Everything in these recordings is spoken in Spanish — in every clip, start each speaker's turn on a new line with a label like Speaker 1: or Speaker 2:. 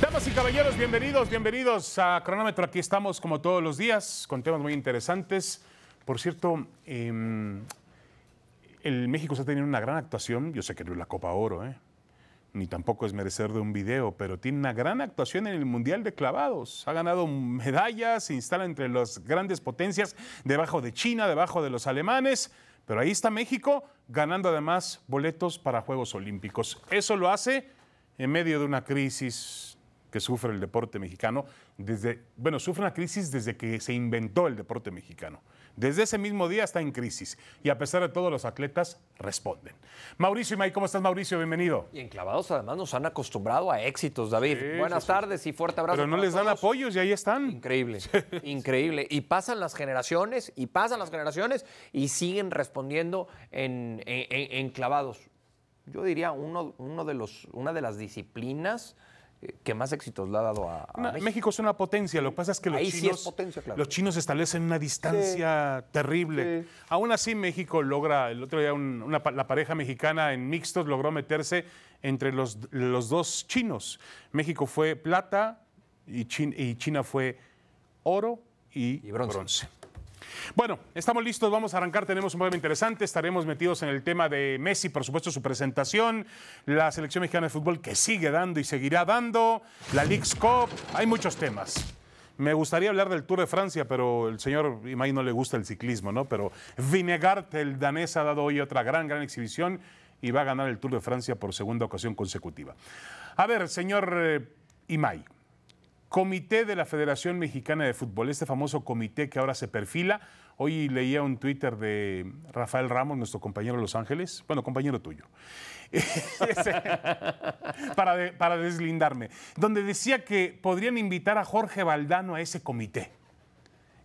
Speaker 1: Damas y caballeros, bienvenidos, bienvenidos a Cronómetro. Aquí estamos como todos los días con temas muy interesantes. Por cierto, eh, el México está teniendo una gran actuación. Yo sé que no es la Copa Oro, ¿eh? ni tampoco es merecer de un video, pero tiene una gran actuación en el Mundial de Clavados. Ha ganado medallas, se instala entre las grandes potencias, debajo de China, debajo de los alemanes. Pero ahí está México ganando además boletos para Juegos Olímpicos. Eso lo hace en medio de una crisis que sufre el deporte mexicano desde, bueno, sufre una crisis desde que se inventó el deporte mexicano. Desde ese mismo día está en crisis y a pesar de todo los atletas responden. Mauricio Imay, ¿cómo estás Mauricio? Bienvenido.
Speaker 2: Y en clavados además nos han acostumbrado a éxitos, David.
Speaker 1: Sí,
Speaker 2: Buenas
Speaker 1: sí, sí.
Speaker 2: tardes y fuerte abrazo.
Speaker 1: Pero no
Speaker 2: para
Speaker 1: les dan
Speaker 2: todos.
Speaker 1: apoyos y ahí están.
Speaker 2: Increíble, increíble. Y pasan las generaciones, y pasan las generaciones, y siguen respondiendo en, en- en- en clavados. Yo diría uno, uno de los, una de las disciplinas eh, que más éxitos le ha dado a, a
Speaker 1: Una- México. es una potencia, lo que pasa es que los
Speaker 2: Ahí sí es
Speaker 1: chinos
Speaker 2: potencia, claro.
Speaker 1: los chinos establecen una distancia terrible. Aún así México logra, el otro día un- una pa- la pareja mexicana en mixtos logró meterse entre los, los dos chinos. México fue plata y, Chin- y China fue oro y,
Speaker 2: Y bronce.
Speaker 1: bronce. Bueno, estamos listos, vamos a arrancar, tenemos un programa interesante, estaremos metidos en el tema de Messi, por supuesto, su presentación, la selección mexicana de fútbol que sigue dando y seguirá dando, la League's Cup, hay muchos temas. Me gustaría hablar del Tour de Francia, pero el señor Imay no le gusta el ciclismo, ¿no? Pero Vinegart, el danés, ha dado hoy otra gran, gran exhibición y va a ganar el Tour de Francia por segunda ocasión consecutiva. A ver, señor eh, Imay, Comité de la Federación Mexicana de Fútbol, este famoso comité que ahora se perfila. Hoy leía un Twitter de Rafael Ramos, nuestro compañero de Los Ángeles, bueno, compañero tuyo, para, de- para deslindarme, donde decía que podrían invitar a Jorge Valdano a ese comité.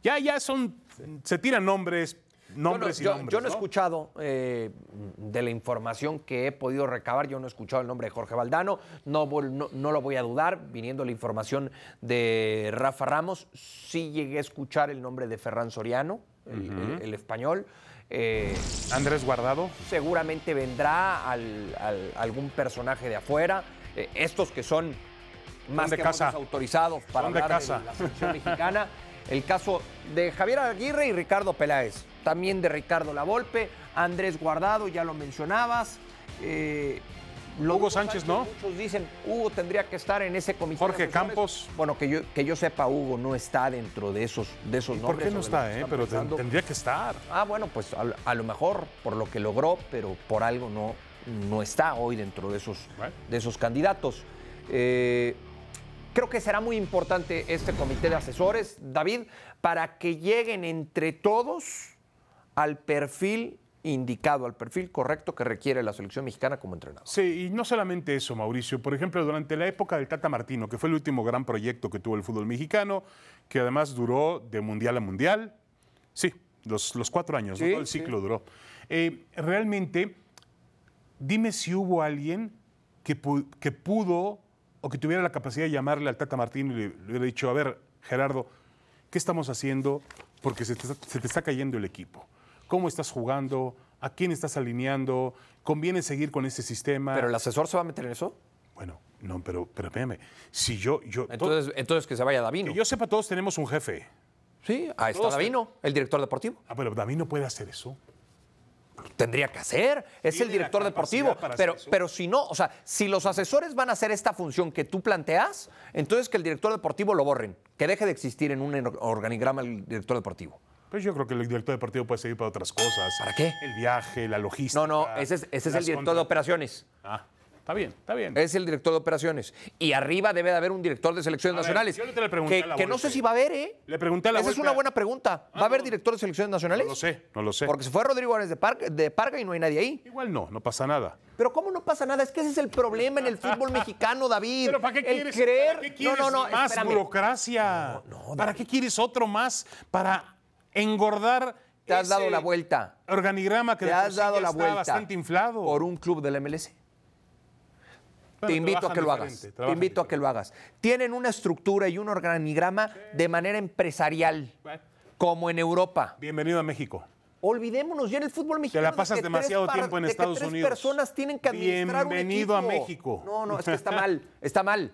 Speaker 1: Ya, ya son, se tiran nombres, nombres
Speaker 2: yo
Speaker 1: y
Speaker 2: no, yo-
Speaker 1: nombres.
Speaker 2: yo no he escuchado eh, de la información que he podido recabar, yo no he escuchado el nombre de Jorge Valdano, no, vol- no, no lo voy a dudar, viniendo la información de Rafa Ramos, sí llegué a escuchar el nombre de Ferran Soriano, el, el- el español. eh,
Speaker 1: Andrés Guardado.
Speaker 2: seguramente vendrá al- al- algún personaje de afuera, eh, estos que son más
Speaker 1: Son de
Speaker 2: que
Speaker 1: casa.
Speaker 2: voces autorizados para
Speaker 1: Son de
Speaker 2: hablar
Speaker 1: casa.
Speaker 2: la selección mexicana. El caso de Javier Aguirre y Ricardo Peláez, también de Ricardo Lavolpe, Andrés Guardado, ya lo mencionabas. eh, lo
Speaker 1: Hugo
Speaker 2: de
Speaker 1: Sánchez, ¿no?
Speaker 2: Muchos dicen, Hugo tendría que estar en ese comité. de
Speaker 1: Jorge
Speaker 2: asesores".
Speaker 1: Campos.
Speaker 2: Bueno, que yo, que yo sepa, Hugo no está dentro de esos, de esos
Speaker 1: ¿Por
Speaker 2: nombres.
Speaker 1: qué no
Speaker 2: sobre los que
Speaker 1: está, eh?
Speaker 2: están
Speaker 1: Pero ten-
Speaker 2: pensando.
Speaker 1: tendría que estar.
Speaker 2: Ah, bueno, pues a, lo- a lo mejor por lo que logró, pero por algo no, no está hoy dentro de esos,
Speaker 1: Bueno.
Speaker 2: de esos candidatos. Eh, creo que será muy importante este comité de asesores, David, para que lleguen entre todos al perfil indicado, al perfil correcto que requiere la selección mexicana como entrenador.
Speaker 1: Sí, y no solamente eso, Mauricio. Por ejemplo, durante la época del Tata Martino, que fue el último gran proyecto que tuvo el fútbol mexicano, que además duró de mundial a mundial. Sí, los, los cuatro años, ¿no?
Speaker 2: Sí,
Speaker 1: todo el
Speaker 2: sí.
Speaker 1: ciclo duró. Eh, realmente, dime si hubo alguien que, pu- que pudo o que tuviera la capacidad de llamarle al Tata Martino y le, le hubiera dicho, a ver, Gerardo, ¿qué estamos haciendo? Porque se te, está- se te está cayendo el equipo. ¿Cómo estás jugando? ¿A quién estás alineando? ¿Conviene seguir con este sistema?
Speaker 2: ¿Pero el asesor se va a meter en eso?
Speaker 1: Bueno, no, pero, pero espérame. Si yo, yo, to-
Speaker 2: Entonces, entonces que se vaya
Speaker 1: que
Speaker 2: Davino.
Speaker 1: yo sepa, todos tenemos un jefe.
Speaker 2: Sí, ahí está
Speaker 1: Todos-
Speaker 2: Davino, el director deportivo.
Speaker 1: Ah, pero David no puede hacer eso.
Speaker 2: Tendría que hacer, es
Speaker 1: Tiene
Speaker 2: el
Speaker 1: la
Speaker 2: director
Speaker 1: capacidad
Speaker 2: deportivo,
Speaker 1: para hacer
Speaker 2: pero,
Speaker 1: eso.
Speaker 2: pero si no, o sea, si los asesores van a hacer esta función que tú planteas, entonces que el director deportivo lo borren, que deje de existir en un or- organigrama el director deportivo.
Speaker 1: Pues yo creo que el director deportivo puede seguir para otras cosas.
Speaker 2: ¿Para qué?
Speaker 1: El viaje, la logística.
Speaker 2: No, no, ese es, ese es el
Speaker 1: las
Speaker 2: director de ¿Eh?
Speaker 1: contra-
Speaker 2: operaciones.
Speaker 1: Ah, Está bien, está bien.
Speaker 2: Es el director de operaciones. Y arriba debe de haber un director de selecciones
Speaker 1: A ver,
Speaker 2: nacionales.
Speaker 1: yo ahorita le pregunté
Speaker 2: que,
Speaker 1: a la
Speaker 2: que no
Speaker 1: vuelta.
Speaker 2: sé si va a haber, ¿eh?
Speaker 1: Le pregunté a la
Speaker 2: Esa es
Speaker 1: vuelta.
Speaker 2: una buena pregunta. ¿Va a haber director de selecciones
Speaker 1: No
Speaker 2: nacionales?
Speaker 1: lo sé, no lo sé.
Speaker 2: Porque se fue Rodrigo Árez de, Parca- de Parga y no hay nadie ahí.
Speaker 1: Igual no, no pasa nada.
Speaker 2: Pero ¿cómo no pasa nada? Es que ese es el problema en el fútbol mexicano, David.
Speaker 1: Pero ¿para qué
Speaker 2: el
Speaker 1: quieres,
Speaker 2: creer...
Speaker 1: para qué quieres
Speaker 2: no, no, no,
Speaker 1: más
Speaker 2: espérame.
Speaker 1: burocracia?
Speaker 2: No, no,
Speaker 1: ¿Para
Speaker 2: David.
Speaker 1: qué quieres otro más para engordar?
Speaker 2: Te has
Speaker 1: ese
Speaker 2: dado la vuelta.
Speaker 1: Organigrama que
Speaker 2: Te
Speaker 1: de por
Speaker 2: has
Speaker 1: sí
Speaker 2: dado
Speaker 1: ya
Speaker 2: la
Speaker 1: está
Speaker 2: vuelta
Speaker 1: bastante inflado.
Speaker 2: por un club del MLS.
Speaker 1: Bueno,
Speaker 2: te invito a
Speaker 1: trabajan
Speaker 2: que lo hagas.
Speaker 1: diferente,
Speaker 2: Te
Speaker 1: trabajan
Speaker 2: invito a que lo hagas. Tienen una estructura y un organigrama de manera empresarial,
Speaker 1: Bueno.
Speaker 2: como en Europa.
Speaker 1: Bienvenido a México.
Speaker 2: Olvidémonos ya en el fútbol mexicano.
Speaker 1: la
Speaker 2: de
Speaker 1: pasas
Speaker 2: que tres
Speaker 1: demasiado
Speaker 2: par-
Speaker 1: tiempo en
Speaker 2: de que
Speaker 1: Estados
Speaker 2: tres
Speaker 1: Unidos.
Speaker 2: personas tienen que administrar un
Speaker 1: Bienvenido a
Speaker 2: equipo.
Speaker 1: México.
Speaker 2: No, no, es que está mal. Está mal.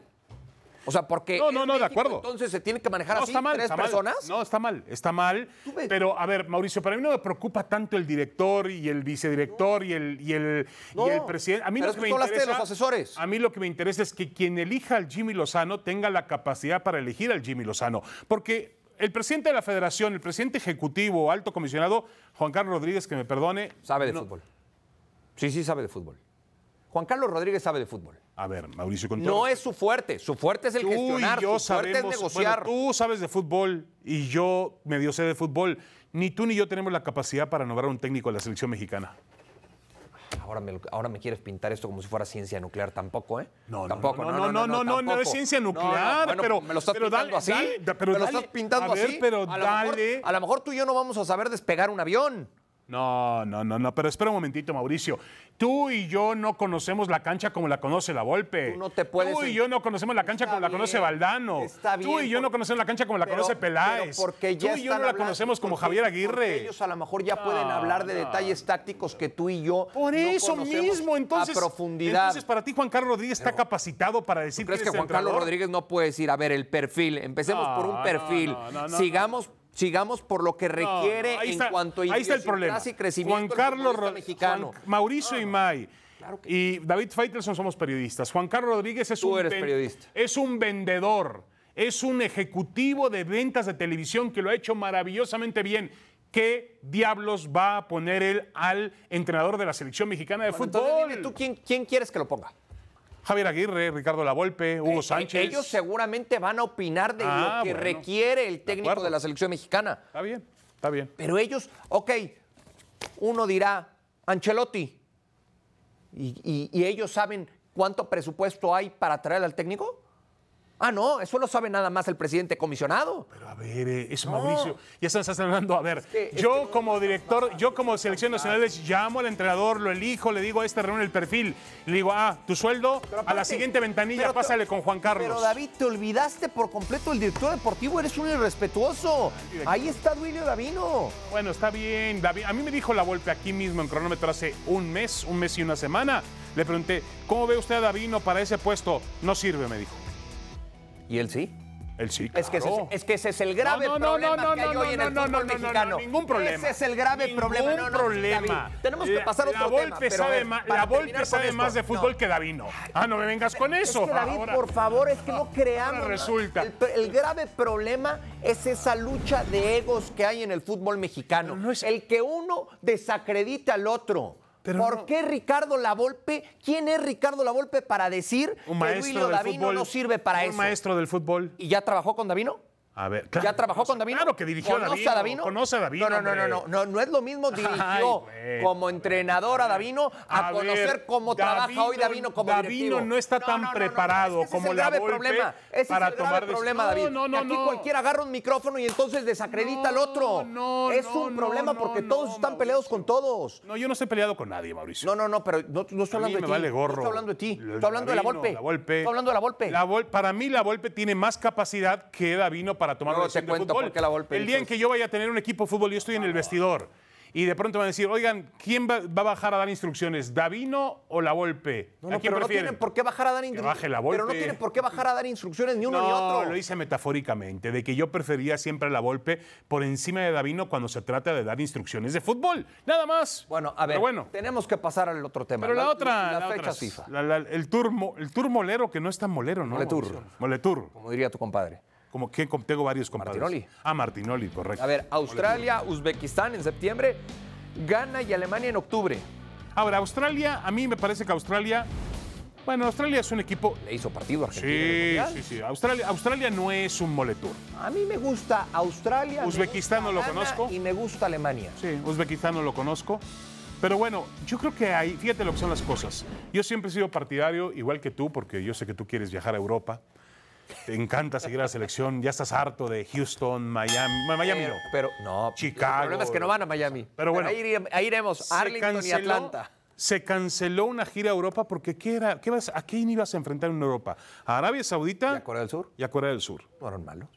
Speaker 2: O sea, porque.
Speaker 1: No, no,
Speaker 2: en
Speaker 1: no, de
Speaker 2: México,
Speaker 1: acuerdo.
Speaker 2: Entonces se tiene que manejar así tres
Speaker 1: está
Speaker 2: personas.
Speaker 1: No, está mal, está mal.
Speaker 2: Tú ve-
Speaker 1: Pero, a ver, Mauricio, para mí no me preocupa tanto el director y el vicedirector y el, y el,
Speaker 2: No,
Speaker 1: y el presidente. A mí
Speaker 2: pero
Speaker 1: lo
Speaker 2: es
Speaker 1: que
Speaker 2: que
Speaker 1: me
Speaker 2: tú hablaste de
Speaker 1: interesa,
Speaker 2: los asesores.
Speaker 1: A mí lo que me interesa es que quien elija al Jimmy Lozano tenga la capacidad para elegir al Jimmy Lozano. Porque el presidente de la federación, el presidente ejecutivo, alto comisionado, Juan Carlos Rodríguez, que me perdone.
Speaker 2: Sabe de
Speaker 1: no-
Speaker 2: fútbol. Sí, sí, sabe de fútbol. Juan Carlos Rodríguez sabe de fútbol.
Speaker 1: A ver, Mauricio, con todo
Speaker 2: No es su fuerte. Su fuerte es el
Speaker 1: Tú y
Speaker 2: gestionar,
Speaker 1: yo
Speaker 2: su fuerte es
Speaker 1: sabemos-
Speaker 2: negociar.
Speaker 1: bueno, tú sabes de fútbol y yo medio sé de fútbol. Ni tú ni yo tenemos la capacidad para nombrar un técnico de la selección mexicana.
Speaker 2: Ahora me, lo- ahora me quieres pintar esto como si fuera ciencia nuclear tampoco, ¿eh?
Speaker 1: No, no,
Speaker 2: tampoco.
Speaker 1: no, no, no, no, no, no es
Speaker 2: tampoco.
Speaker 1: ciencia
Speaker 2: No, no,
Speaker 1: nuclear,
Speaker 2: bueno,
Speaker 1: pero-
Speaker 2: me lo estás
Speaker 1: pero
Speaker 2: pintando
Speaker 1: dale,
Speaker 2: así.
Speaker 1: dale, da- pero
Speaker 2: me lo
Speaker 1: dale.
Speaker 2: estás pintando
Speaker 1: A ver,
Speaker 2: así.
Speaker 1: pero
Speaker 2: a lo mejor-
Speaker 1: dale.
Speaker 2: a lo mejor tú y yo no vamos a saber despegar un avión.
Speaker 1: No, no, no, no, pero espera un momentito, Mauricio. Tú y yo no conocemos la cancha como la conoce la Volpe.
Speaker 2: Tú no te puedes
Speaker 1: Tú y
Speaker 2: en-
Speaker 1: yo no conocemos la cancha
Speaker 2: Está
Speaker 1: como la conoce
Speaker 2: bien,
Speaker 1: Valdano.
Speaker 2: está
Speaker 1: Tú y
Speaker 2: bien,
Speaker 1: yo no
Speaker 2: por-
Speaker 1: conocemos la cancha como la
Speaker 2: pero-
Speaker 1: conoce Peláez.
Speaker 2: pero porque ya
Speaker 1: tú y yo
Speaker 2: están
Speaker 1: no la
Speaker 2: hablando-
Speaker 1: conocemos como
Speaker 2: porque-
Speaker 1: Javier
Speaker 2: porque
Speaker 1: Aguirre.
Speaker 2: ellos a lo mejor ya pueden hablar de detalles tácticos que tú y yo
Speaker 1: Por
Speaker 2: no
Speaker 1: eso
Speaker 2: conocemos
Speaker 1: mismo, entonces.
Speaker 2: a profundidad.
Speaker 1: Entonces, para ti, Juan Carlos Rodríguez está capacitado para decir
Speaker 2: ¿Crees
Speaker 1: quién
Speaker 2: que
Speaker 1: es
Speaker 2: Juan Carlos
Speaker 1: entrenador?
Speaker 2: Rodríguez no puede decir, a ver, el perfil? Empecemos
Speaker 1: No,
Speaker 2: por un
Speaker 1: no,
Speaker 2: perfil.
Speaker 1: no, no, no,
Speaker 2: sigamos, sigamos por lo que
Speaker 1: No,
Speaker 2: requiere
Speaker 1: no, ahí
Speaker 2: en
Speaker 1: está-
Speaker 2: cuanto a
Speaker 1: Ahí está el problema.
Speaker 2: idiosincrasia y crecimiento
Speaker 1: Juan
Speaker 2: del
Speaker 1: Carlos
Speaker 2: futbolista
Speaker 1: Ro-
Speaker 2: mexicano. Ah,
Speaker 1: Juan- Mauricio Imay y David Feitelson somos periodistas. Juan Carlos Rodríguez es
Speaker 2: Tú
Speaker 1: un
Speaker 2: eres
Speaker 1: ven-
Speaker 2: periodista.
Speaker 1: es un vendedor, es un ejecutivo de ventas de televisión que lo ha hecho maravillosamente bien. ¿Qué diablos va a poner él al entrenador de la selección mexicana de
Speaker 2: Bueno,
Speaker 1: fútbol?
Speaker 2: entonces dime tú quién, quién quieres que lo ponga.
Speaker 1: Javier Aguirre, Ricardo Lavolpe, Hugo
Speaker 2: Eh,
Speaker 1: Sánchez.
Speaker 2: Ellos seguramente van a opinar de
Speaker 1: Ah,
Speaker 2: lo que
Speaker 1: bueno.
Speaker 2: requiere el técnico
Speaker 1: acuerdo.
Speaker 2: de la selección mexicana.
Speaker 1: Está bien, está bien.
Speaker 2: Pero ellos, ok, uno dirá, Ancelotti, y, y- y ellos saben cuánto presupuesto hay para traer al técnico. Ah, no, eso lo sabe nada más el presidente comisionado.
Speaker 1: Pero a ver, eh, eso Mauricio, ya estás estás hablando. A ver,
Speaker 2: que- este es
Speaker 1: yo como director, yo como selección nacional les llamo al entrenador, lo elijo, le digo a este reúne el perfil, le digo, ah, tu sueldo, a la
Speaker 2: aparte-
Speaker 1: siguiente ventanilla
Speaker 2: pero te-
Speaker 1: pásale con Juan Carlos.
Speaker 2: Pero David, te olvidaste por completo del director deportivo, eres un irrespetuoso. Ahí está Duilio Davino.
Speaker 1: Bueno, está bien, David. A mí me dijo la Volpe aquí mismo en cronómetro hace un mes, un mes y una semana. Le pregunté, ¿cómo ve usted a Davino para ese puesto? No sirve, me dijo.
Speaker 2: ¿Y él sí?
Speaker 1: Él sí,
Speaker 2: Es que, ese,
Speaker 1: claro.
Speaker 2: es que ese es el grave
Speaker 1: No, no, no,
Speaker 2: problema
Speaker 1: no,
Speaker 2: que hay
Speaker 1: no,
Speaker 2: hoy en el
Speaker 1: no, no,
Speaker 2: fútbol
Speaker 1: no, no, no,
Speaker 2: mexicano.
Speaker 1: ningún problema.
Speaker 2: Ese es el grave
Speaker 1: Ningún
Speaker 2: problema. No, no, sí,
Speaker 1: problema.
Speaker 2: David, tenemos que
Speaker 1: La-
Speaker 2: pasar a
Speaker 1: la
Speaker 2: otro tema.
Speaker 1: Volpe
Speaker 2: pero a
Speaker 1: sabe
Speaker 2: ver,
Speaker 1: ma-
Speaker 2: para
Speaker 1: la Volpe
Speaker 2: terminar con
Speaker 1: sabe
Speaker 2: esto,
Speaker 1: más de fútbol
Speaker 2: no.
Speaker 1: que Davino. Ah, no me vengas con
Speaker 2: Es
Speaker 1: eso.
Speaker 2: que David,
Speaker 1: ahora.
Speaker 2: por favor, es que no creamos.
Speaker 1: Ahora resulta.
Speaker 2: El, el grave problema es esa lucha de egos que hay en el fútbol mexicano.
Speaker 1: Pero no es-
Speaker 2: El que uno desacredita al otro.
Speaker 1: Pero
Speaker 2: ¿Por
Speaker 1: no-
Speaker 2: qué Ricardo Lavolpe? ¿Quién es Ricardo Lavolpe para decir
Speaker 1: Un
Speaker 2: que Duilio
Speaker 1: maestro del
Speaker 2: Davino
Speaker 1: fútbol.
Speaker 2: no sirve para
Speaker 1: un
Speaker 2: eso?
Speaker 1: maestro del fútbol.
Speaker 2: ¿Y ya trabajó con Davino?
Speaker 1: A ver,
Speaker 2: ¿Ya trabajó con Davino?
Speaker 1: Claro que dirigió a
Speaker 2: ¿Conoce
Speaker 1: Davino. Conoce a Davino.
Speaker 2: No, no, no, no,
Speaker 1: hombre.
Speaker 2: no, no, no es lo mismo dirigió
Speaker 1: Ay, güey.
Speaker 2: como entrenador a Davino a,
Speaker 1: A ver,
Speaker 2: conocer cómo trabaja hoy Davino como
Speaker 1: Davino
Speaker 2: directivo.
Speaker 1: no está tan preparado
Speaker 2: ese
Speaker 1: como
Speaker 2: es el
Speaker 1: la
Speaker 2: grave
Speaker 1: Volpe
Speaker 2: problema. Ese
Speaker 1: para
Speaker 2: es el grave
Speaker 1: tomar dec-
Speaker 2: problema,
Speaker 1: No,
Speaker 2: David.
Speaker 1: no, no,
Speaker 2: que aquí
Speaker 1: no.
Speaker 2: cualquiera agarra un micrófono y entonces desacredita al
Speaker 1: No,
Speaker 2: otro.
Speaker 1: no,
Speaker 2: es
Speaker 1: no,
Speaker 2: un
Speaker 1: no,
Speaker 2: problema
Speaker 1: no,
Speaker 2: porque
Speaker 1: no,
Speaker 2: todos están peleados con
Speaker 1: Mauricio.
Speaker 2: todos.
Speaker 1: No, yo no estoy peleado con nadie, Mauricio.
Speaker 2: No, no, no, pero no, no estoy
Speaker 1: A mí
Speaker 2: hablando de
Speaker 1: me
Speaker 2: ti.
Speaker 1: vale gorro.
Speaker 2: No estoy hablando de ti.
Speaker 1: Lo-
Speaker 2: Estoy hablando de la
Speaker 1: Davino,
Speaker 2: Volpe.
Speaker 1: la Volpe.
Speaker 2: Estoy hablando de la Volpe.
Speaker 1: La Vol- para mí la Volpe tiene más capacidad que Davino para tomar
Speaker 2: Luego
Speaker 1: la decisión
Speaker 2: te cuento
Speaker 1: de fútbol.
Speaker 2: por qué la Volpe
Speaker 1: el
Speaker 2: hizo
Speaker 1: día en
Speaker 2: eso.
Speaker 1: que yo vaya a tener un equipo de fútbol, yo estoy en el vestidor y de pronto van a decir, oigan, ¿quién va, va a bajar a dar instrucciones, Davino o la Volpe?
Speaker 2: No, no,
Speaker 1: ¿A quién
Speaker 2: pero no
Speaker 1: prefieren?
Speaker 2: tienen por qué bajar a dar
Speaker 1: Que
Speaker 2: instru-
Speaker 1: baje la
Speaker 2: Pero no
Speaker 1: Volpe.
Speaker 2: tienen por qué bajar a dar instrucciones ni uno ni
Speaker 1: No,
Speaker 2: otro.
Speaker 1: lo hice metafóricamente, de que yo prefería siempre a la Volpe por encima de Davino cuando se trata de dar instrucciones de fútbol. Nada más.
Speaker 2: Bueno, a ver,
Speaker 1: Pero bueno.
Speaker 2: tenemos que pasar al otro tema.
Speaker 1: Pero la, otra,
Speaker 2: La,
Speaker 1: la
Speaker 2: fecha
Speaker 1: otra es-
Speaker 2: FIFA,
Speaker 1: la- la- el, tour, mo- el tour molero, que no es tan molero, ¿no?
Speaker 2: Moletur.
Speaker 1: Mauricio? Moletur.
Speaker 2: como diría tu compadre.
Speaker 1: Como que com- tengo varios compadres.
Speaker 2: Martinoli.
Speaker 1: Ah, Martinoli, correcto.
Speaker 2: A ver, Australia, Uzbekistán en septiembre, Ghana y Alemania en octubre.
Speaker 1: Ahora, Australia, a mí me parece que Australia Bueno, Australia es un equipo.
Speaker 2: Le hizo partido a Argentina. en el
Speaker 1: Sí,
Speaker 2: Mundial.
Speaker 1: sí, sí. Australia, Australia no es un moletur.
Speaker 2: A mí me gusta Australia. me
Speaker 1: Uzbekistán no lo
Speaker 2: gusta Ghana
Speaker 1: conozco.
Speaker 2: Y me gusta Alemania.
Speaker 1: Sí, Uzbekistán no lo conozco. Pero bueno, yo creo que ahí, fíjate lo que son las cosas. Yo siempre he sido partidario, igual que tú, porque yo sé que tú quieres viajar a Europa. Te encanta seguir a la selección, ya estás harto de Houston, Miami. bueno, Miami no.
Speaker 2: Pero, pero- no,
Speaker 1: Chicago.
Speaker 2: El problema es que no van a Miami.
Speaker 1: Pero bueno.
Speaker 2: ahí, ire- ahí iremos,
Speaker 1: Se
Speaker 2: Arlington y
Speaker 1: canceló-
Speaker 2: Atlanta.
Speaker 1: Se canceló una gira a Europa porque ¿qué era? ¿Qué vas- ¿a quién ibas a enfrentar en Europa? ¿A Arabia Saudita?
Speaker 2: ¿Y a Corea del Sur?
Speaker 1: Y a Corea del Sur.
Speaker 2: Fueron malos.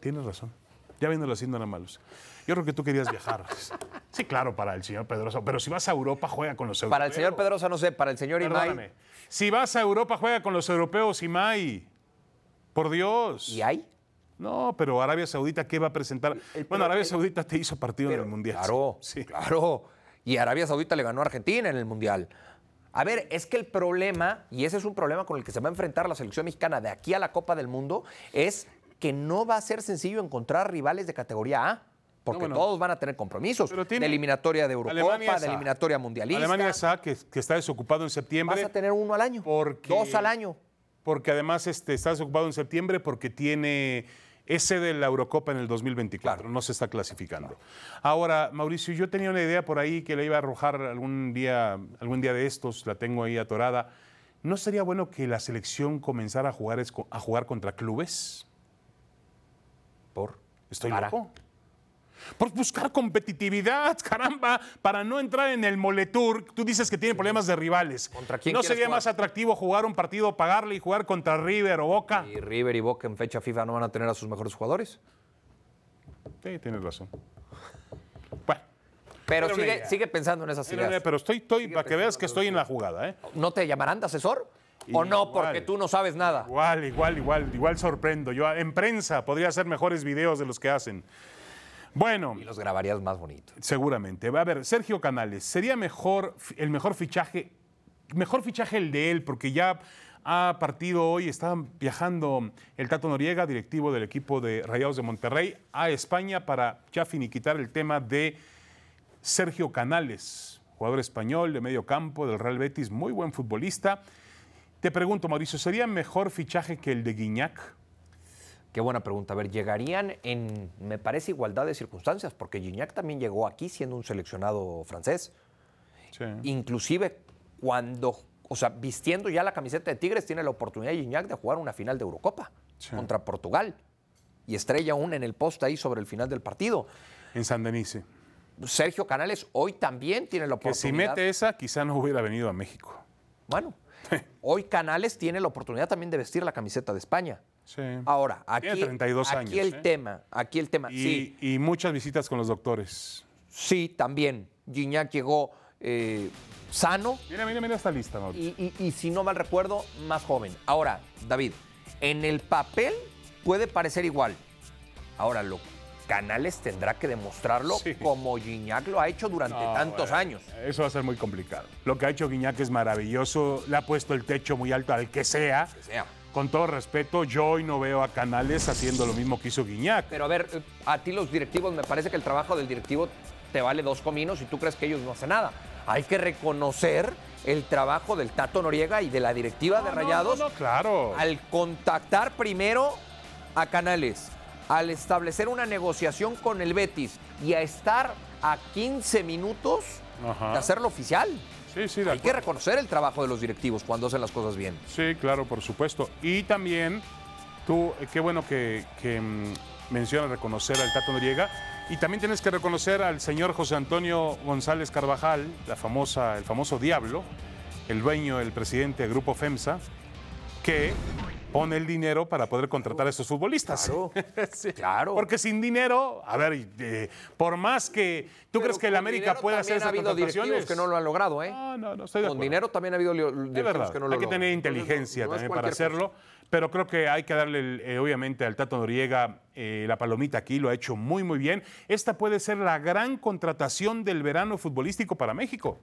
Speaker 1: Tienes razón. Ya viéndolo así, no eran malos. Yo creo que tú querías viajar. Sí, claro, para el señor Pedrosa. Pero si vas a Europa, juega con los europeos.
Speaker 2: Para el señor Pedrosa, no sé, para el señor
Speaker 1: Perdóname.
Speaker 2: Imay.
Speaker 1: Si vas a Europa, juega con los europeos, Imai. Por Dios.
Speaker 2: ¿Y hay?
Speaker 1: No, pero Arabia Saudita, ¿qué va a presentar? bueno, Arabia Saudita te hizo partido en
Speaker 2: Pero,
Speaker 1: el Mundial.
Speaker 2: Claro,
Speaker 1: Sí.
Speaker 2: claro. Y Arabia Saudita le ganó a Argentina en el Mundial. A ver, es que el problema, y ese es un problema con el que se va a enfrentar la selección mexicana de aquí a la Copa del Mundo, es que no va a ser sencillo encontrar rivales de categoría A. Porque
Speaker 1: No, bueno.
Speaker 2: todos van a tener compromisos.
Speaker 1: Pero tiene-
Speaker 2: de eliminatoria de Eurocopa,
Speaker 1: Alemania es
Speaker 2: de
Speaker 1: A.
Speaker 2: eliminatoria mundialista.
Speaker 1: Alemania es A, que, que está desocupado en
Speaker 2: Vas
Speaker 1: septiembre.
Speaker 2: a tener uno al año.
Speaker 1: porque-
Speaker 2: Dos al año.
Speaker 1: Porque además este, está desocupado en septiembre porque tiene ese de la Eurocopa en el 2024. No se está clasificando. Ahora, Mauricio, yo tenía una idea por ahí que le iba a arrojar algún día, algún día de estos, la tengo ahí atorada. ¿No sería bueno que la selección comenzara a jugar, es- a jugar contra clubes?
Speaker 2: Por.
Speaker 1: Estoy
Speaker 2: Para.
Speaker 1: loco. Por buscar competitividad, caramba, para no entrar en el moletour. Tú dices que tiene problemas de rivales.
Speaker 2: ¿Contra quién
Speaker 1: ¿No
Speaker 2: quieres
Speaker 1: sería
Speaker 2: jugar?
Speaker 1: más atractivo jugar un partido, pagarle y jugar contra River o Boca?
Speaker 2: Y River y Boca en fecha FIFA no van a tener a sus mejores jugadores.
Speaker 1: Sí, tienes razón. Bueno, Era
Speaker 2: Pero
Speaker 1: una
Speaker 2: sigue,
Speaker 1: idea.
Speaker 2: sigue pensando en esas
Speaker 1: pero,
Speaker 2: ideas.
Speaker 1: pero estoy, estoy para que veas que estoy en la jugada, ¿eh?
Speaker 2: ¿No te llamarán de asesor? ¿O no?
Speaker 1: Igual.
Speaker 2: Porque tú no sabes nada.
Speaker 1: Igual, igual, igual, igual sorprendo. Yo en prensa podría hacer mejores videos de los que hacen. Bueno,
Speaker 2: Y los grabarías más bonitos.
Speaker 1: seguramente. A ver, Sergio Canales, sería mejor el mejor fichaje, mejor fichaje el de él, porque ya ha partido hoy, está viajando el Tato Noriega, directivo del equipo de Rayados de Monterrey, a España para ya finiquitar el tema de Sergio Canales, jugador español de medio campo del Real Betis, muy buen futbolista. Te pregunto, Mauricio, ¿sería mejor fichaje que el de Guiñac?
Speaker 2: Qué buena pregunta. A ver, llegarían en, me parece, igualdad de circunstancias, porque Gignac también llegó aquí siendo un seleccionado francés.
Speaker 1: Sí.
Speaker 2: Inclusive cuando, o sea, vistiendo ya la camiseta de Tigres, tiene la oportunidad Gignac de jugar una final de Eurocopa
Speaker 1: Sí.
Speaker 2: contra Portugal. Y estrella una en el poste ahí sobre el final del partido.
Speaker 1: En San Denise.
Speaker 2: Sergio Canales hoy también tiene la
Speaker 1: Que
Speaker 2: oportunidad.
Speaker 1: si mete esa, quizá no hubiera venido a México.
Speaker 2: Bueno, hoy Canales tiene la oportunidad también de vestir la camiseta de España.
Speaker 1: Sí.
Speaker 2: Ahora, aquí,
Speaker 1: Tiene 32
Speaker 2: aquí
Speaker 1: años,
Speaker 2: el
Speaker 1: ¿eh?
Speaker 2: tema, aquí el tema.
Speaker 1: Y,
Speaker 2: Ah, Sí,
Speaker 1: y muchas visitas con los doctores.
Speaker 2: sí, también. Gignac llegó eh, sano
Speaker 1: Mira, mira, mira esta lista, Mauricio.
Speaker 2: y, y- y si no mal recuerdo, más joven. Ahora, David, en el papel puede parecer igual. Ahora, lo Canales tendrá que demostrarlo
Speaker 1: Sí.
Speaker 2: como Gignac lo ha hecho durante
Speaker 1: No,
Speaker 2: tantos
Speaker 1: bueno,
Speaker 2: años.
Speaker 1: Eso va a ser muy complicado. Lo que ha hecho Guiñac es maravilloso. Le ha puesto el techo muy alto al que sea.
Speaker 2: que sea.
Speaker 1: Con todo respeto, yo hoy no veo a Canales haciendo lo mismo que hizo Guiñac.
Speaker 2: Pero a ver, eh, a ti los directivos, me parece que el trabajo del directivo te vale dos cominos y tú crees que ellos no hacen nada. Hay que reconocer el trabajo del Tato Noriega y de la directiva de Rayados
Speaker 1: No, no, claro.
Speaker 2: al contactar primero a Canales, al establecer una negociación con el Betis y a estar a 15 minutos
Speaker 1: Ajá.
Speaker 2: de hacerlo oficial.
Speaker 1: Sí, sí, de
Speaker 2: Hay que
Speaker 1: acuerdo.
Speaker 2: reconocer el trabajo de los directivos cuando hacen las cosas bien.
Speaker 1: Sí, claro, por supuesto. Y también, tú, eh, qué bueno que, que, mm, mencionas reconocer al Tato Noriega. Y también tienes que reconocer al señor José Antonio González Carvajal, la famosa, el famoso Diablo, el dueño, el presidente del Grupo FEMSA, que pone el dinero para poder contratar a estos futbolistas.
Speaker 2: Claro,
Speaker 1: Sí.
Speaker 2: claro.
Speaker 1: Porque sin dinero, a ver, eh, por más que. ¿Tú crees que el América puede hacer
Speaker 2: ha
Speaker 1: esas
Speaker 2: habido directivos
Speaker 1: contrataciones?
Speaker 2: que no lo han logrado, ¿eh?
Speaker 1: No, no, no, estoy de
Speaker 2: Con
Speaker 1: acuerdo.
Speaker 2: dinero también ha habido lio-
Speaker 1: Es
Speaker 2: directivos
Speaker 1: verdad,
Speaker 2: que no lo
Speaker 1: hay que
Speaker 2: logran.
Speaker 1: tener inteligencia
Speaker 2: No es
Speaker 1: también para
Speaker 2: cualquier
Speaker 1: hacerlo, pero creo que hay que darle, el- eh, obviamente, al Tato Noriega eh, la palomita aquí, lo ha hecho muy, muy bien. Esta puede ser la gran contratación del verano futbolístico para México,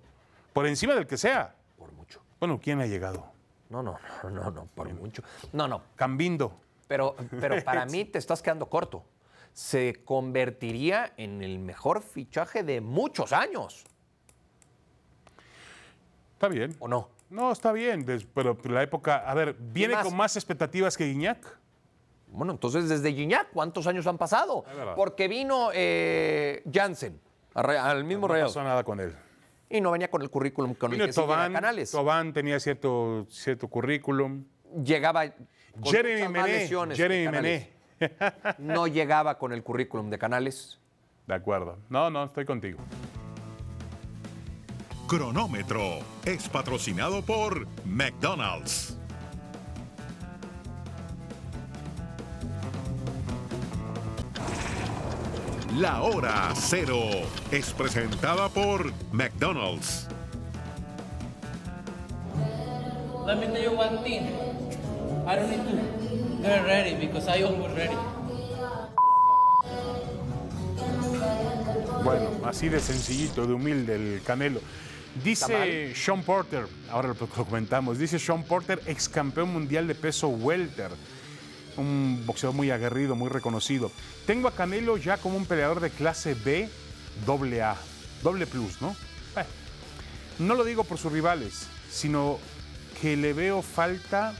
Speaker 1: por encima del que sea.
Speaker 2: Por mucho.
Speaker 1: Bueno, ¿quién ha llegado?
Speaker 2: No, no, no, no, no, por mucho. No, no,
Speaker 1: Cambindo.
Speaker 2: pero, pero para mí te estás quedando corto. Se convertiría en el mejor fichaje de muchos años,
Speaker 1: Está bien.
Speaker 2: ¿o no?
Speaker 1: No, está bien, des- pero la época. A ver, ¿viene
Speaker 2: más?
Speaker 1: con más expectativas que Guiñac?
Speaker 2: Bueno, entonces desde Gignac, ¿cuántos años han pasado?
Speaker 1: Es verdad.
Speaker 2: Porque vino eh, Jansen a Re- al mismo
Speaker 1: No
Speaker 2: Real
Speaker 1: pasó nada con él.
Speaker 2: y no venía con el currículum con el
Speaker 1: Vino
Speaker 2: que sí llega
Speaker 1: Tobán.
Speaker 2: Canales.
Speaker 1: Tobán tenía cierto, cierto currículum.
Speaker 2: Llegaba con
Speaker 1: Jeremy
Speaker 2: muchas más
Speaker 1: Mené.
Speaker 2: lesiones que
Speaker 1: Jeremy
Speaker 2: Canales.
Speaker 1: Mené.
Speaker 2: No llegaba con el currículum de Canales.
Speaker 1: De acuerdo. No, no, estoy contigo.
Speaker 3: Cronómetro es patrocinado por McDonald's. La hora cero es presentada por McDonald's.
Speaker 4: Let me tell you one thing. I don't need to get ready because I always ready.
Speaker 1: Bueno, así de sencillito, de humilde el Canelo. Dice Sean Porter, ahora lo lo comentamos, dice Sean Porter, ex campeón mundial de peso welter, un boxeador muy aguerrido, muy reconocido. Tengo a Canelo ya como un peleador de clase B, doble A, doble plus, ¿no? Eh, No lo digo por sus rivales, sino que le veo falta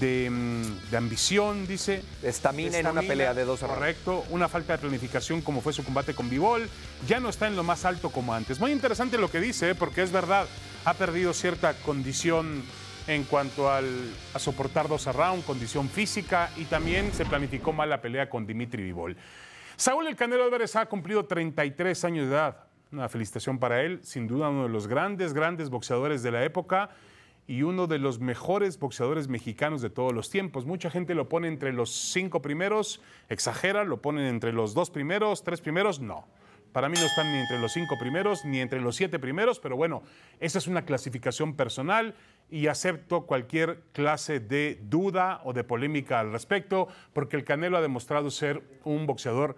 Speaker 1: de, mm, de ambición, dice.
Speaker 2: De estamina en una
Speaker 1: estamina,
Speaker 2: pelea de dos rounds.
Speaker 1: Correcto, una falta de planificación como fue su combate con Bivol. Ya no está en lo más alto como antes. Muy interesante lo que dice, ¿eh? porque es verdad, ha perdido cierta condición en cuanto al, a soportar dos rounds, condición física y también se planificó mal la pelea con Dimitri Bivol. Saúl El Canelo Álvarez ha cumplido 33 años de edad. Una felicitación para él, sin duda uno de los grandes, grandes boxeadores de la época y uno de los mejores boxeadores mexicanos de todos los tiempos. Mucha gente lo pone entre los cinco primeros, exagera, lo ponen entre los dos primeros, tres primeros, no. Para mí no están ni entre los cinco primeros ni entre los siete primeros, pero bueno, esa es una clasificación personal y acepto cualquier clase de duda o de polémica al respecto, porque el Canelo ha demostrado ser un boxeador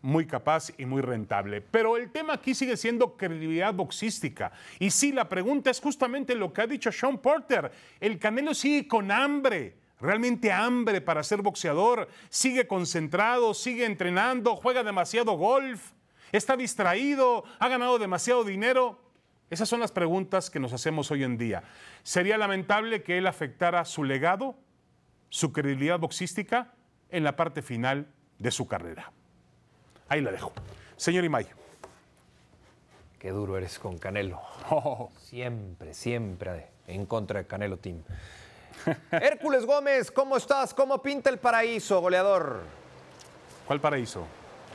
Speaker 1: muy capaz y muy rentable. Pero el tema aquí sigue siendo credibilidad boxística. Y sí, la pregunta es justamente lo que ha dicho Sean Porter. El Canelo sigue con hambre, realmente hambre para ser boxeador. Sigue concentrado, sigue entrenando, juega demasiado golf, está distraído, ha ganado demasiado dinero. Esas son las preguntas que nos hacemos hoy en día. ¿Sería lamentable que él afectara su legado, su credibilidad boxística, en la parte final de su carrera? Ahí la dejo. Señor Imay.
Speaker 2: Qué duro eres con Canelo. Oh. Siempre, siempre en contra de Canelo Team. Hércules Gómez, ¿cómo estás? ¿Cómo pinta el paraíso, goleador?
Speaker 1: ¿Cuál paraíso?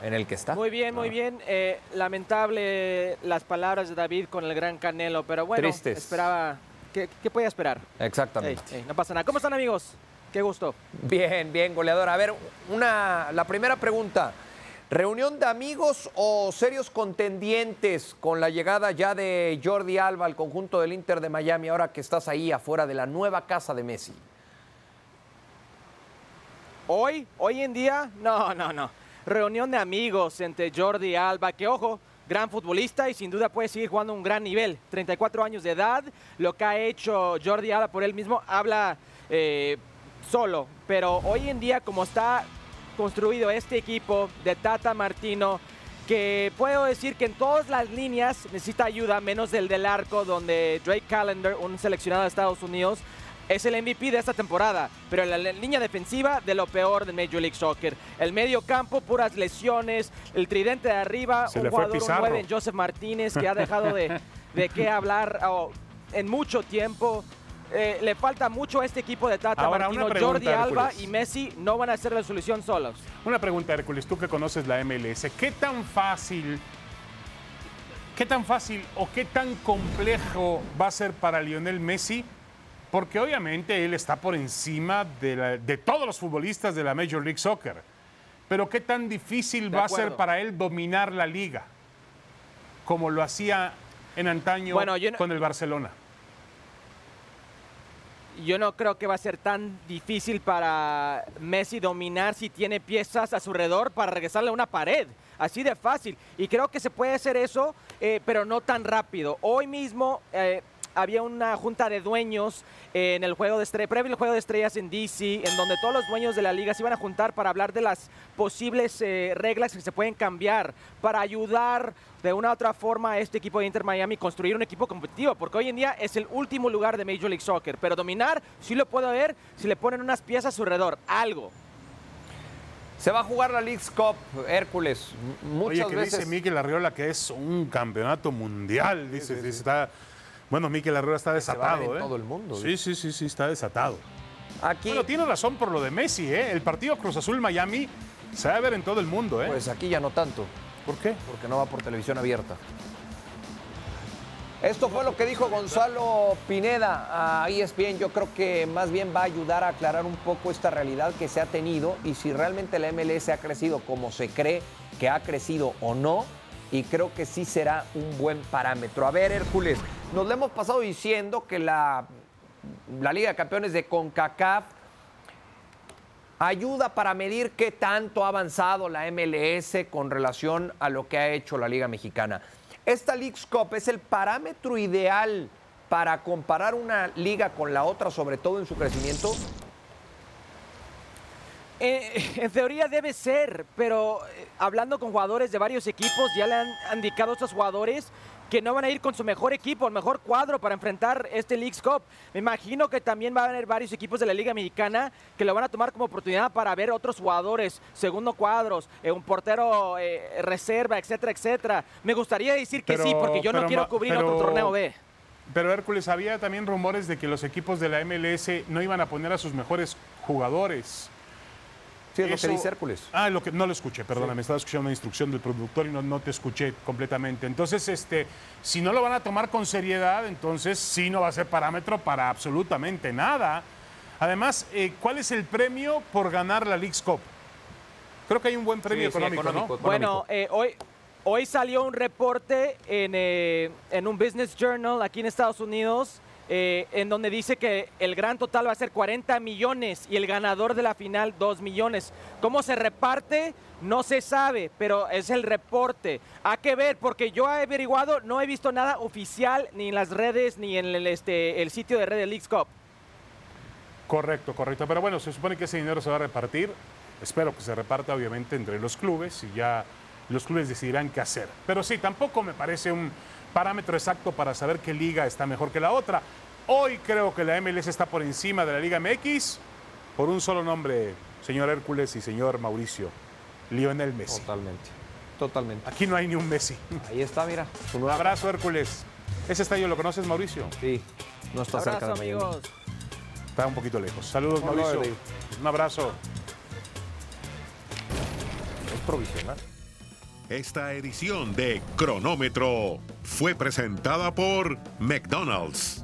Speaker 2: En el que está. Ah.
Speaker 5: Muy bien, muy bien. Eh, lamentable las palabras de David con el gran Canelo, pero bueno,
Speaker 2: Tristes.
Speaker 5: esperaba. ¿Qué, qué podía esperar?
Speaker 2: Exactamente.
Speaker 5: Ey, ey, no pasa nada. ¿Cómo están, amigos? Qué gusto.
Speaker 2: Bien, bien, goleador. A ver, una, la primera pregunta. ¿Reunión de amigos o serios contendientes con la llegada ya de Jordi Alba al conjunto del Inter de Miami ahora que estás ahí afuera de la nueva casa de Messi?
Speaker 5: Hoy, hoy en día, no, no, no. Reunión de amigos entre Jordi y Alba, que ojo, gran futbolista y sin duda puede seguir jugando a un gran nivel. 34 años de edad, lo que ha hecho Jordi Alba por él mismo habla eh, solo, pero hoy en día como está construido este equipo de Tata Martino, que puedo decir que en todas las líneas necesita ayuda, menos del del arco, donde Drake Callender, un seleccionado de Estados Unidos, es el MVP de esta temporada, pero en la le- línea defensiva de lo peor de Major League Soccer. El medio campo, puras lesiones, el tridente de arriba,
Speaker 1: Se
Speaker 5: un
Speaker 1: le fue
Speaker 5: jugador un
Speaker 1: Pizarro.
Speaker 5: nueve en Joseph Martínez que ha dejado de, de qué hablar oh, en mucho tiempo. Eh, le falta mucho a este equipo de Tata
Speaker 1: Ahora, una
Speaker 5: Martino. Jordi
Speaker 1: pregunta,
Speaker 5: Alba
Speaker 1: Hércules.
Speaker 5: y Messi no van a ser la solución solos.
Speaker 1: Una pregunta, Hércules, tú que conoces la MLS, ¿qué tan fácil, qué tan fácil o qué tan complejo va a ser para Lionel Messi? Porque obviamente él está por encima de, la- de todos los futbolistas de la Major League Soccer. Pero qué tan difícil
Speaker 5: De
Speaker 1: va a ser
Speaker 5: acuerdo.
Speaker 1: para él dominar la liga, como lo hacía en antaño
Speaker 5: Bueno, yo no-
Speaker 1: con el Barcelona.
Speaker 5: Yo no creo que va a ser tan difícil para Messi dominar si tiene piezas a su alrededor para regresarle a una pared. Así de fácil. Y creo que se puede hacer eso, eh, pero no tan rápido. Hoy mismo eh, había una junta de dueños en el juego de estrellas, previo al juego de estrellas en DC, en donde todos los dueños de la liga se iban a juntar para hablar de las posibles eh, reglas que se pueden cambiar para ayudar de una u otra forma a este equipo de Inter Miami construir un equipo competitivo, porque hoy en día es el último lugar de Major League Soccer, pero dominar sí lo puedo ver si le ponen unas piezas a su alrededor, algo.
Speaker 2: Se va a jugar la League's Cup, Hércules. M- Muchas
Speaker 1: Oye, que
Speaker 2: veces.
Speaker 1: dice Miquel Arriola que es un campeonato mundial. Dice, dice, está. Bueno, Miquel Arriola está
Speaker 2: se va a dar
Speaker 1: desatado,
Speaker 2: en
Speaker 1: ¿eh?
Speaker 2: todo el mundo,
Speaker 1: Sí, sí, sí, sí, está desatado.
Speaker 2: Aquí,
Speaker 1: Bueno, tiene razón por lo de Messi, ¿eh? El partido Cruz Azul-Miami se va a ver en todo el mundo, ¿eh?
Speaker 2: pues aquí ya no tanto.
Speaker 1: ¿Por qué?
Speaker 2: porque no va por televisión abierta. Esto fue lo que dijo Gonzalo Pineda a E ESPN. Yo creo que más bien va a ayudar a aclarar un poco esta realidad que se ha tenido y si realmente la MLS ha crecido como se cree que ha crecido o no. Y creo que sí será un buen parámetro. A ver, Hércules, nos le hemos pasado diciendo que la, la Liga de Campeones de CONCACAF ayuda para medir qué tanto ha avanzado la MLS con relación a lo que ha hecho la Liga Mexicana. Esta League's Cup es el parámetro ideal para comparar una liga con la otra, sobre todo en su crecimiento.
Speaker 5: Eh, en teoría debe ser, pero eh, hablando con jugadores de varios equipos, ya le han indicado a estos jugadores que no van a ir con su mejor equipo, el mejor cuadro para enfrentar este League's Cup. Me imagino que también va a haber varios equipos de la Liga Mexicana que lo van a tomar como oportunidad para ver otros jugadores, segundo cuadros, eh, un portero eh, reserva, etcétera, etcétera. Me gustaría decir que
Speaker 1: Pero-
Speaker 5: sí, porque yo no
Speaker 1: pero
Speaker 5: quiero
Speaker 1: ma-
Speaker 5: cubrir
Speaker 1: pero-
Speaker 5: otro torneo B.
Speaker 1: Pero Hércules, había también rumores de que los equipos de la MLS no iban a poner a sus mejores jugadores.
Speaker 2: Sí, es lo
Speaker 1: Eso-
Speaker 2: que dice Hércules.
Speaker 1: Ah, lo que, no lo escuché, perdóname, estaba escuchando una instrucción del productor y no, no te escuché completamente. Entonces, este, si no lo van a tomar con seriedad, entonces sí no va a ser parámetro para absolutamente nada. Además, eh, ¿cuál es el premio por ganar la League's Cup? Creo que hay un buen premio
Speaker 2: Sí, sí,
Speaker 1: económico,
Speaker 2: económico.
Speaker 1: ¿no?
Speaker 5: Bueno, eh, hoy, hoy salió un reporte en, eh, en un Business Journal aquí en Estados Unidos. eh, en donde dice que el gran total va a ser 40 millones y el ganador de la final 2 millones. ¿Cómo se reparte? No se sabe, pero es el reporte. Hay que ver, porque yo he averiguado, no he visto nada oficial ni en las redes ni en el, este, el sitio de Red de Leagues Cup.
Speaker 1: Correcto, correcto. Pero bueno, se supone que ese dinero se va a repartir. Espero que se reparta, obviamente, entre los clubes y ya los clubes decidirán qué hacer. Pero sí, tampoco me parece un parámetro exacto para saber qué liga está mejor que la otra. Hoy creo que la MLS está por encima de la Liga MX por un solo nombre, señor Hércules y señor Mauricio, Lionel Messi.
Speaker 2: Totalmente. Totalmente.
Speaker 1: Aquí no hay ni un Messi.
Speaker 2: Ahí está, mira. Su
Speaker 1: Un
Speaker 2: nueva-
Speaker 1: abrazo, Hércules. Ese estadio lo conoces, Mauricio.
Speaker 2: Sí, no está cerca
Speaker 5: Abrazo,
Speaker 2: de Miami.
Speaker 5: amigos.
Speaker 1: Está un poquito lejos. Saludos,
Speaker 2: Hola,
Speaker 1: Mauricio.
Speaker 2: Eddie.
Speaker 1: Un abrazo.
Speaker 2: Es provisional.
Speaker 3: Esta edición de Cronómetro fue presentada por McDonald's.